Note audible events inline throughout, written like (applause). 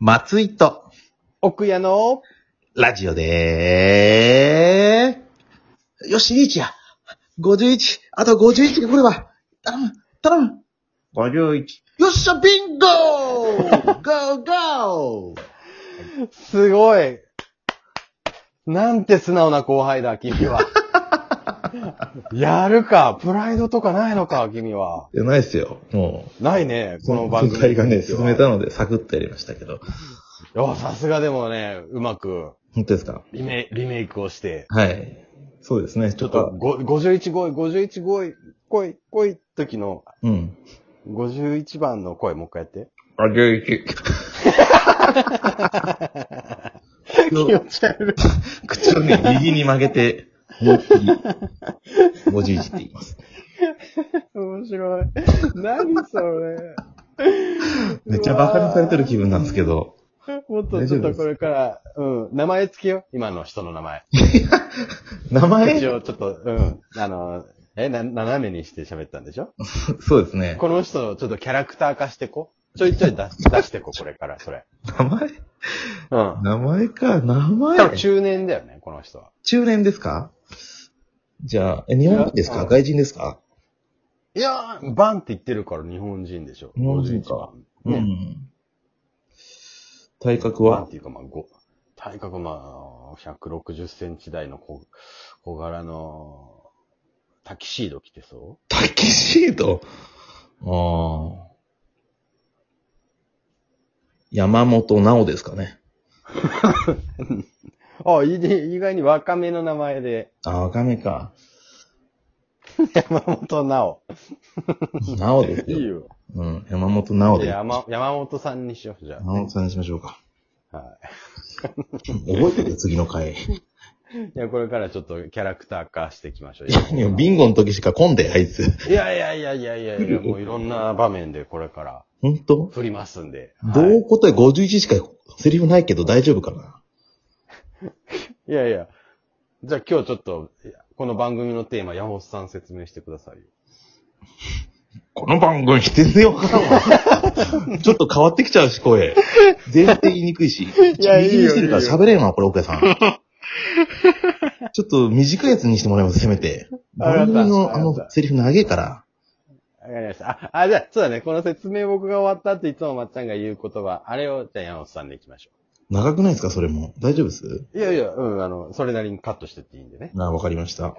松井と、奥屋の、ラジオでー。よし、リーチや。51、あと51が来れば、頼む、頼む。51。よっしゃ、ビンゴーゴーゴーすごい。なんて素直な後輩だ、君 (laughs) は。やるか、プライドとかないのか、君は。いや、ないっすよ。もないねう、、この番組。二人がね、進めたので、サクッとやりましたけど。いや。さすがでもね、うまく本当ですかリメリメイクをして、はい。そうですね。ちちょょっっとと、ご51声、51声、声、声時のうん。 51番の声もう一回やって。 51。 (laughs) ち悪い。口をね、右に曲げて、思いっきり、51って言います。面白い。何それ。 (laughs) めっちゃバカにされてる気分なんですけど。 (laughs) もっとちょっとこれから、うん、名前つけよう。今の人の名前。名一前応ちょっと、うん、あの、え、な、斜めにして喋ったんでしょそうですね。この人をちょっとキャラクター化してこ。ちょいちょい出し出してこ、これから、それ。名前うん。名前か、名前多分中年だよね、この人は。中年ですかじゃあ、え、日本人ですうかん外人ですかいやー、バンって言ってるから日本人でしょ。日本人か51番。ね。ん。体格バンっはていうか、まあ、ご体格まあ、160センチ台の小小柄の、タキシード着てそタキシード。ああ。山本直ですかね。うあ、いいね意外に若めの名前で、あ、わかめか。山本直。直ですいよ。いよ。うん、山本直じでゃあ。山山本さんにしよう、じゃ山本さんにしましょうか。あ。は覚えてる次の回。いい。いや、これからちょっとキャラクター化していきましょう。や、でもビンゴの時しか混んで、あいつ。いやいやいやいやいやいや、もういろんな場面でこれからほんと振りますんで。どはいう答え51しかセリフないけど大丈夫かないやいや。じゃあ今日ちょっと、この番組のテーマ、山本さん説明してくださいよ。この番組全然 (laughs) わからんわ。ちょっと変わってきちゃうし、声。全然言いにくいし。いや右にしてるからいいよいいよ喋れんわ、これ、奥谷さん。ちょっと短いやつにしてもらえます、せめて。わかっ番た組のあわかっの、たセリフ長えから。わかりました。あ、あ、じゃあ、そうだね。この説明僕が終わったっていつもまっちゃんが言う言葉、あれを、じゃあ山本さんでいきましょ長くないですか、それも。大丈夫ですう。いやいや、うん、あの、それなりにカットしてっていいんでね。なあ、わかりました。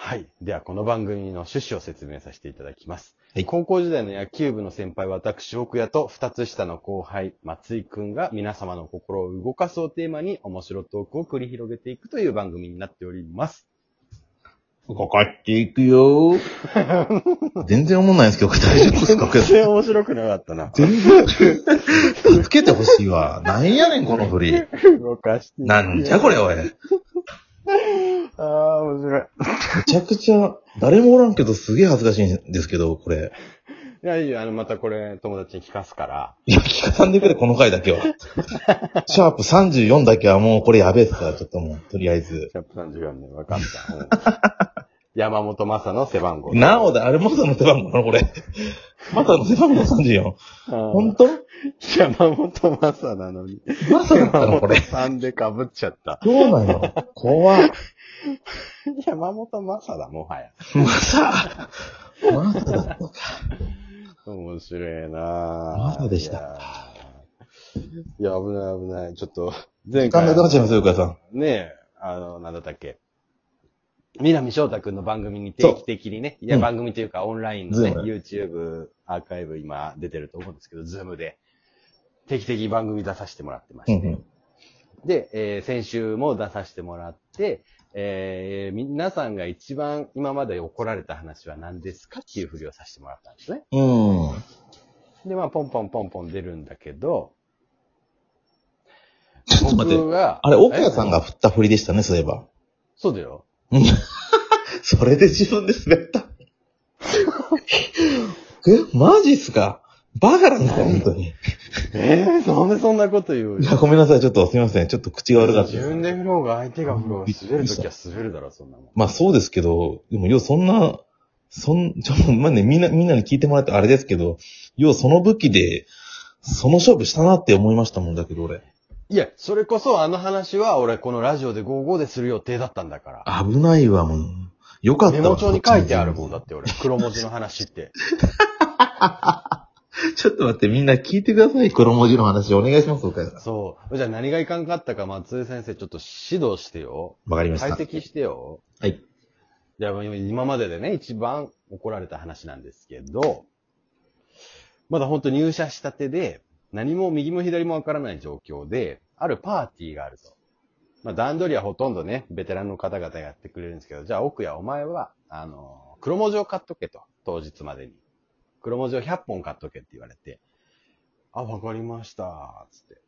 はい。では、この番組の趣旨を説明させていただきます。はい高校時代の野球部の先輩、私、奥谷と、二つ下の後輩、松井くんが、皆様の心を動かすをテーマに、面白トークを繰り広げていくという番組になっております。かかっていくよ (laughs) 全然思んないんですけど、これ大丈夫ですか、奥谷さん。面白くなかったな。全然。つけてほしいわ。なんやねん、この振り。動かして。なんじゃこれ、おい。めああ、面白い。ちゃくちゃ、誰もおらんけど、すげえ恥ずかしいんですけど、これ。いや、いいよ。あの、またこれ、友達に聞かすから。いや、聞かさんでくれ、この回だけ (laughs) は。シャープ34だけはもう、これやべえっすから、ちょっともう、とりあえず。キャップ34ね、わかったうん。 (laughs) 山本正の背番号。なおだ、あれ、まさの手番号なの、これ。まさの手番号34。あーほんと山本正なの (laughs) に。まさだった山の、こ本れ。さんで被っちゃった。どうなの怖っ。 (laughs) 山本正だ、もはや。まさ。まさだった。面白いなぁまだでしたいやーいや、危ない危ない。ちょっと、時前間回な、くなっちゃいますよ、岡田さん。ねえ、あの、なんだったっけ。南翔太くんの番組に定期的にね、いや、うん番組というかオンラインのね、ズーム YouTube アーカイブ今出てると思うんですけど、ズームで、定期的に番組出させてもらってまして、うんうんで、えー先週も出させてもらって、えー皆さんが一番今まで怒られた話は何ですかっていうふりをさせてもらったんですね。うん。で、まあ、ポンポンポンポン出るんだけど、ちょっと待って。僕が、あれ、岡谷さんえが振った振りでしたね、そういえば。そうだよ。それで自分で滑 (laughs) った。え、マジっすかバカなんだよ、本当に。いえー、なんでそんなこと言うや、ごめんなさい、ちょっとすみません。ちょっと口が悪かった。自分で振ろうが相手が振ろうが滑るときは滑るだろ、そんなもん。まあそうですけど、でもようそんな、そん、ちょ、まあね、みんな、みんなに聞いてもらってあれですけど、ようその武器でその勝負したなって思いましたもんだけど、俺。いや、それこそあの話は俺このラジオで55でする予定だったんだから。危ないわ、もう。よかったメわモ帳に書いてあるもんだって俺、黒文字の話って。ちょっと待って、みんな聞いてください。黒文字の話お願いします、岡井さん。そう。じゃあ何がいかんかったか松井先生ちょっと指導してよ。わかりました。解析してよ。はい。じゃあ今まででね、一番怒られた話なんですけど、まだ本当入社したてで、何も右も左もわからない状況で、あるパーティーがあると。まあ段取りはほとんどね、ベテランの方々がやってくれるんですけど、じゃあ奥やお前は、あの、黒文字を買っとけと、当日までに。黒文字を100本買っとけって言われて、あ、わかりました、つって。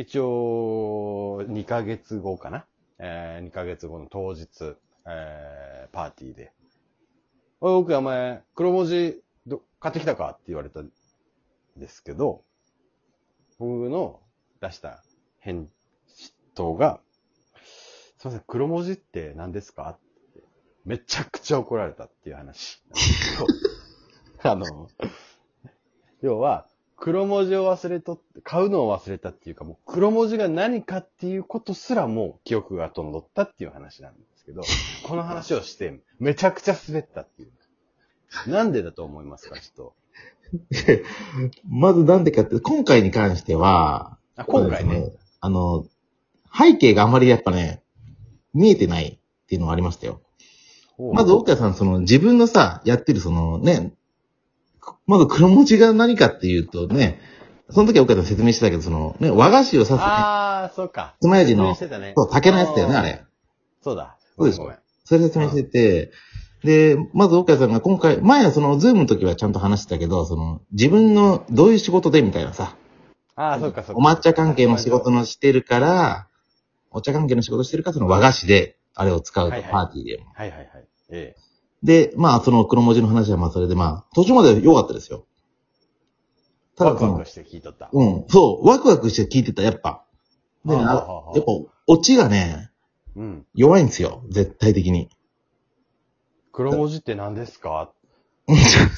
一応、2ヶ月後かな。えー、2ヶ月後の当日、えー、パーティーで。おい、奥山前、黒文字ど、買ってきたかって言われたんですけど、僕の出した返答が、すいません、黒文字って何ですかって、めちゃくちゃ怒られたっていう話なんですけど。あの、要は、黒文字を忘れとって、買うのを忘れたっていうか、もう黒文字が何かっていうことすらもう記憶が飛んどったっていう話なんです (laughs) けど、この話をして、めちゃくちゃ滑ったっていう。なんでだと思いますか、ちょっと。まずなんでかって、今回に関しては、あ、今回そうねで。す。あの、背景があまりやっぱね、見えてないっていうのがありましたよ。ほうまず、岡谷さん、その自分のさ、やってるそのね、まず黒文字が何かっていうとね、その時は岡谷さん説明してたけど、そのね、和菓子を指すね、あー、そうか。つまやじの、説明してたねそう、竹のやつだよね、あれ。。そうだ。そうですごめん。それ説明してて、で、まず岡谷さんが今回、前はその、ズームの時はちゃんと話してたけど、その、自分のどういう仕事でみたいなさ、あー、そうか、そうか。お抹茶関係の仕事のしてるから、お茶関係の仕事してるから、その和菓子で、あれを使うと、はパいはいーティーで。はいはいはい。ええ。で、まあ、その黒文字の話はまあ、それでまあ、途中までは良かったですよ。たワだクそワのク、して聞いとった。うん、そう、ワクワクして聞いてた、やっぱ。で、はああやっはあはあぱ、オチがね、うん。弱いんですよ、絶対的に。黒文字って何ですか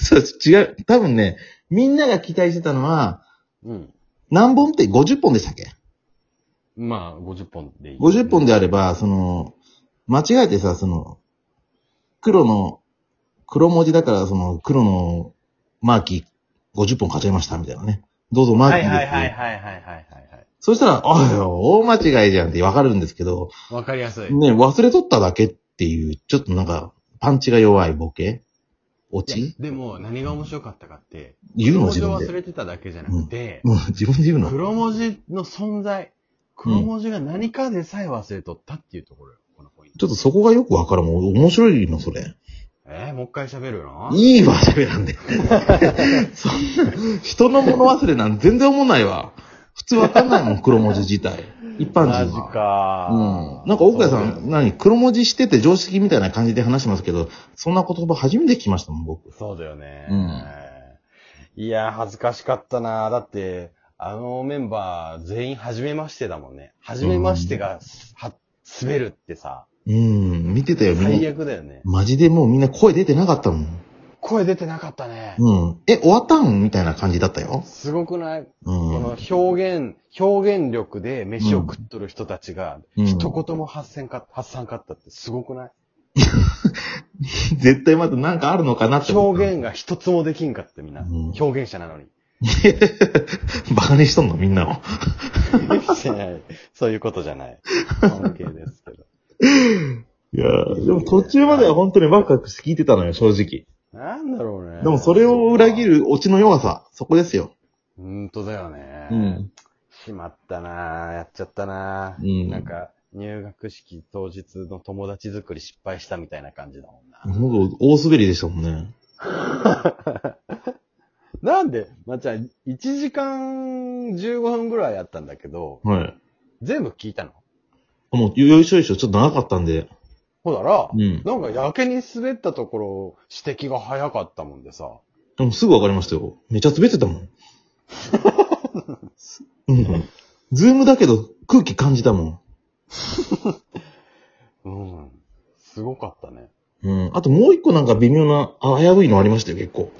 そう、違う。多分ね、みんなが期待してたのは、うん。何本って50本でしたっけまあ、50本でいい。 ?50 本であれば、その、間違えてさ、その、黒の、黒文字だから、その、黒のマーキー50本買っちゃいました、みたいなね。どうぞマーはキーいです。はいはいはいはいはいはい。そしたら、ああ、大間違いじゃんってわかるんですけど、わかりやすい。ね、忘れとっただけっていう、ちょっとなんか、パンチが弱いボケオいやチでも、何が面白かったかって、言うの黒文自字を分忘で。れてただけじゃなくて、うん、自分で言うの。黒文字の存在、黒文字が何かでさえ忘れとったっていうところよ、このポインちょト。っとそこがよくわからん。面白いの、それ。えー、もう一回喋るのいいわ、喋らんで。 (laughs) そんな、人の物忘れなんて全然思わないわ。普通わかんないもん、黒文字自体。一般人は。マジかう。ん。なんか、奥谷さん、何黒文字してて常識みたいな感じで話してますけど、そんな言葉初めて聞きましたもん、僕。そうだよね。うんいやー、恥ずかしかったな。だって、あのメンバー全員初めましてだもんね。初めましてが、は、滑るってさ、うん、見てたよ、みん最な。悪だよね。マジでもうみんな声出てなかったもん。声出てなかったね。うん。え、終わったんみたいな感じだったよ。すごくないうん。この表現、表現力で飯を食っとる人たちが、うん一言も発せんか、発散かったってすごくない (laughs) 絶対またなんかあるのかなって。表現が一つもできんかってみんな。うん表現者 (laughs) なのに。現。バカにしとんの、みんなを。してないそういうことじゃない。関係ですけど。いやーでも途中までは本当にワクワクして聞いてたのよ、正直。なんだろうね。でもそれを裏切。るオチの弱さ、そこですよ。本当だよね。うん。しまったなぁ。やっちゃったなぁ。うんなんか、入学式当日の友達作り失敗したみたいな感じだもんな。ほんと大滑りでしたもんね。なんで、まあ、じゃあ、1時間15分ぐらいあったんだけど、はい。全部聞いたのもう、よいしょよいしょ、ちょっと長かったんで。ほだら、うんなんか、やけに滑ったところ、指摘が早かったもんでさ。でもすぐわかりましたよ。めっちゃ滑ってた (laughs) もん。うん。ズームだけど空気感じたもうん。すごかったね。ん。うん。あともう一個なんか微妙な、あ危ういのありましたよ、結構。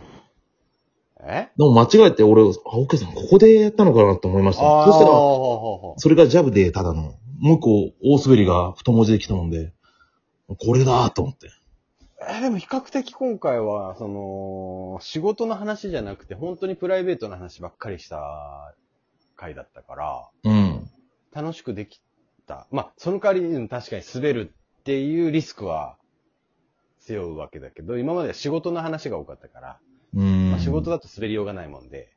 えでも間違えて俺、あ、オッケーさんここでやったのかなと思いましたよ。そしたら、ら、それがジャブでただの、もう一個大滑りが太文字で来たもんで、これだと思って。えーでも比較的今回は、その、仕事の話じゃなくて、本当にプライベートの話ばっかりした回だったから、うん。楽しくできた。まあ、その代わりにうん確かに滑るっていうリスクは背負うわけだけど、今までは仕事の話が多かったから、うん。まあ、仕事だと滑りようがないもんで、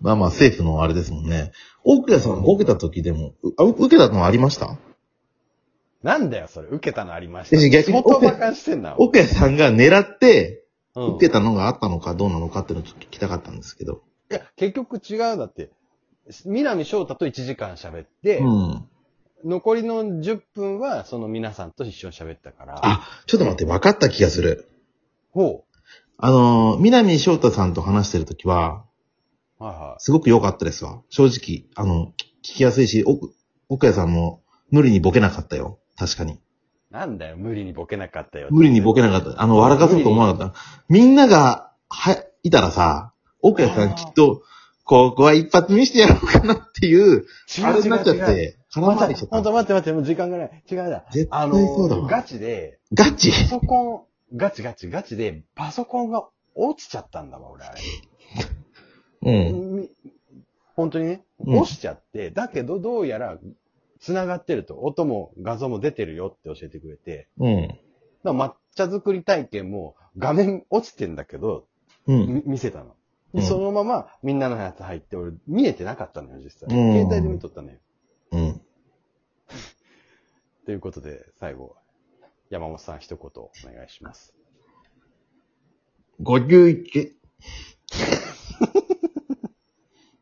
まあまあ政府のあれですもんね。オッケーさんが受けた時でも、うあう受けたのありましたなんだよ、それ。受けたのありました。いや逆に仕事を馬鹿にしてんな。オッケーさんが狙って、うん受けたのがあったのかどうなのかっていうのをちょっと聞きたかったんですけど。いや、結局違うだって。南翔太と1時間喋って、うん。残りの10分はその皆さんと一緒に喋ったから。あ、ちょっと待って、分かった気がする。ほあのー、南翔太さんと話してる時は、う。はいはすごく良かったですわ。正直、あの、聞きやすいし、奥、奥谷さんも無理にボケなかったよ。確かに。い。なんだよ、無理にボケなかったよ。無理にボケなかった。あの、笑かそうと思わなかった。みんなが、は、いたらさ、奥谷さんきっと、ここは一発見してやろうかなっていう、違う。あれになっちゃっ違う。違うて、絡まれちゃっほんとた。待って待って、もう時間がない。違うだ。絶あ対のそうだー、ガわ。チで、ガチパソコン、ガチガチガチで、パソコンが落ちちゃったんだわ、俺、あれ。うん。み本当にね、うん落ちちゃって、だけどどうやら繋がってると、音も画像も出てるよって教えてくれて、うん。だから抹茶作り体験も画面落ちてんだけど、うん。み見せたの。うでんそのままみんなのやつ入って、俺見えてなかったのよ、実際。うん携帯で見とったのよ。うん。ということで、最後、山本さん一言お願いします。 51。